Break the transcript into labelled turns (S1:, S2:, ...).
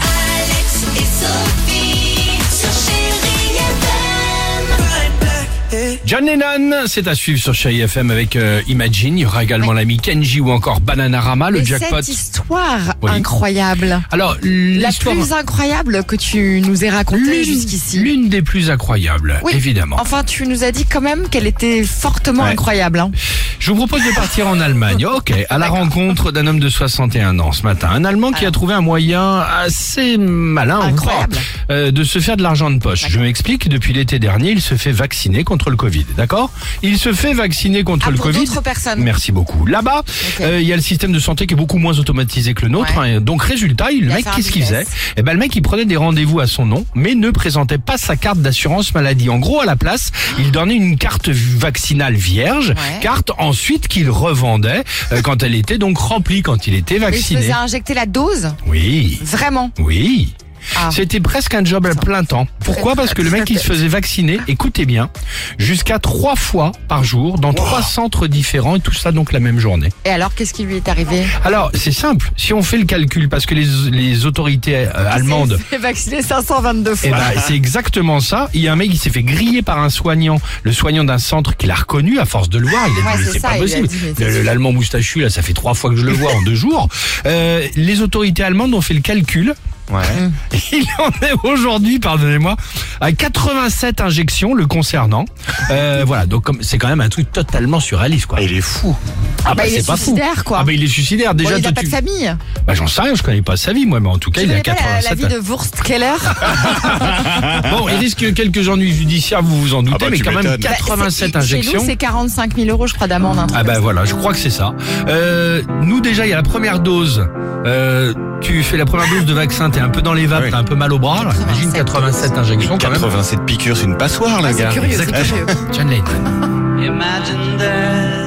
S1: Alex et Sophie sur Chérie FM.
S2: John Lennon, c'est à suivre sur Chérie FM avec euh, Imagine. Il y aura également l'ami Kenji ou encore Bananarama, le
S3: Et
S2: jackpot.
S3: cette histoire
S2: Oui.
S3: incroyable,
S2: Alors,
S3: la
S2: l'histoire,
S3: plus incroyable que tu nous aies racontée jusqu'ici.
S2: l'une des plus incroyables,
S3: Oui.
S2: évidemment.
S3: Enfin, tu nous as dit quand même qu'elle était fortement
S2: Ouais.
S3: incroyable. hein.
S2: Je vous propose de partir en Allemagne. Ok, à la rencontre d'un homme de 61 ans ce matin. Un Allemand qui a trouvé un moyen assez malin, on
S3: Incroyable.
S2: croit, euh, de se faire de l'argent de poche. Je m'explique, depuis l'été dernier, il se fait vacciner contre le Covid, d'accord Il se fait vacciner contre
S3: Ah,
S2: le
S3: pour
S2: Covid.
S3: d'autres personnes.
S2: Merci beaucoup. Là-bas, euh, il y a le système de santé qui est beaucoup moins automatisé que le nôtre.
S3: Ouais.
S2: hein. donc résultat, il- le
S3: a
S2: mec,
S3: fait un
S2: qu'est-ce qu'il faisait
S3: business.
S2: Eh ben le mec, il prenait des rendez-vous à son nom, mais ne présentait pas sa carte d'assurance maladie. En gros, à la place, il donnait une carte vaccinale vierge,
S3: Ouais.
S2: carte ensuite qu'il revendait euh, quand elle était donc remplie, quand il était
S3: Et il se
S2: vacciné.
S3: faisait injecter la dose,
S2: Oui,
S3: vraiment.
S2: oui.
S3: Ah.
S2: C'était presque un job à plein temps. Pourquoi Parce que le mec, il se faisait vacciner, écoutez bien, jusqu'à trois fois par jour dans trois centres différents et tout ça donc la même journée.
S3: Et alors, qu'est-ce qui lui est arrivé
S2: Alors, c'est simple. Si on fait le calcul, parce que les, les autorités euh, allemandes,
S3: Il s'est fait vacciner 522 fois.
S2: eh ben, c'est exactement ça. Il y a un mec qui s'est fait griller par un soignant, le soignant d'un centre qu'il a reconnu à force de le voir. Il a
S3: Ouais,
S2: dit, mais
S3: c'est
S2: c'est
S3: ça,
S2: pas
S3: il lui a
S2: possible.
S3: dit, mais c'est
S2: Le-
S3: sûr.
S2: L'allemand moustachu, là, ça fait trois fois que je le vois en deux jours. Euh, les autorités allemandes ont fait le calcul. Il en est aujourd'hui, pardonnez-moi, à 87 injections le concernant. Euh, voilà, donc comme- c'est quand même un truc totalement surréaliste, quoi. Il est fou. Ah, bah,
S3: bah, il
S2: c'est
S3: est
S2: pas fou.
S3: suicidaire, quoi.
S2: Ah bah il est suicidaire.
S3: Bon,
S2: Déjà,
S3: il
S2: toi,
S3: n'a pas
S2: tu-
S3: de famille.
S2: bah j'en sais rien, je connais pas sa vie moi, mais en tout cas
S3: Tu
S2: il a
S3: connais pas la,
S2: 87
S3: la vie de Wurstkeller
S2: Bon, il risque quelques ennuis judiciaires, vous vous en doutez,
S4: Hein bah,
S2: mais
S4: tu
S2: quand même
S4: m'étonnes.
S3: Bah, c'est-
S2: 87
S3: Chez
S2: injections.
S3: nous, c'est 45 000 euros, je crois, d'amende. hein. un truc
S2: Ah bah
S3: comme
S2: voilà, je crois que c'est ça. Euh, nous déjà, il y a la première dose. Euh, tu fais la première dose de vaccin, t'es un peu dans les vapes,
S4: Oui.
S2: t'as un peu mal au bras. là. Imagine 87 injections quand même. Ah,
S4: 87 piqûres, c'est une passoire, le gars.
S3: ça. Curieux, c'est curieux.
S2: Exactement. John Lennon.
S5: Imagine there's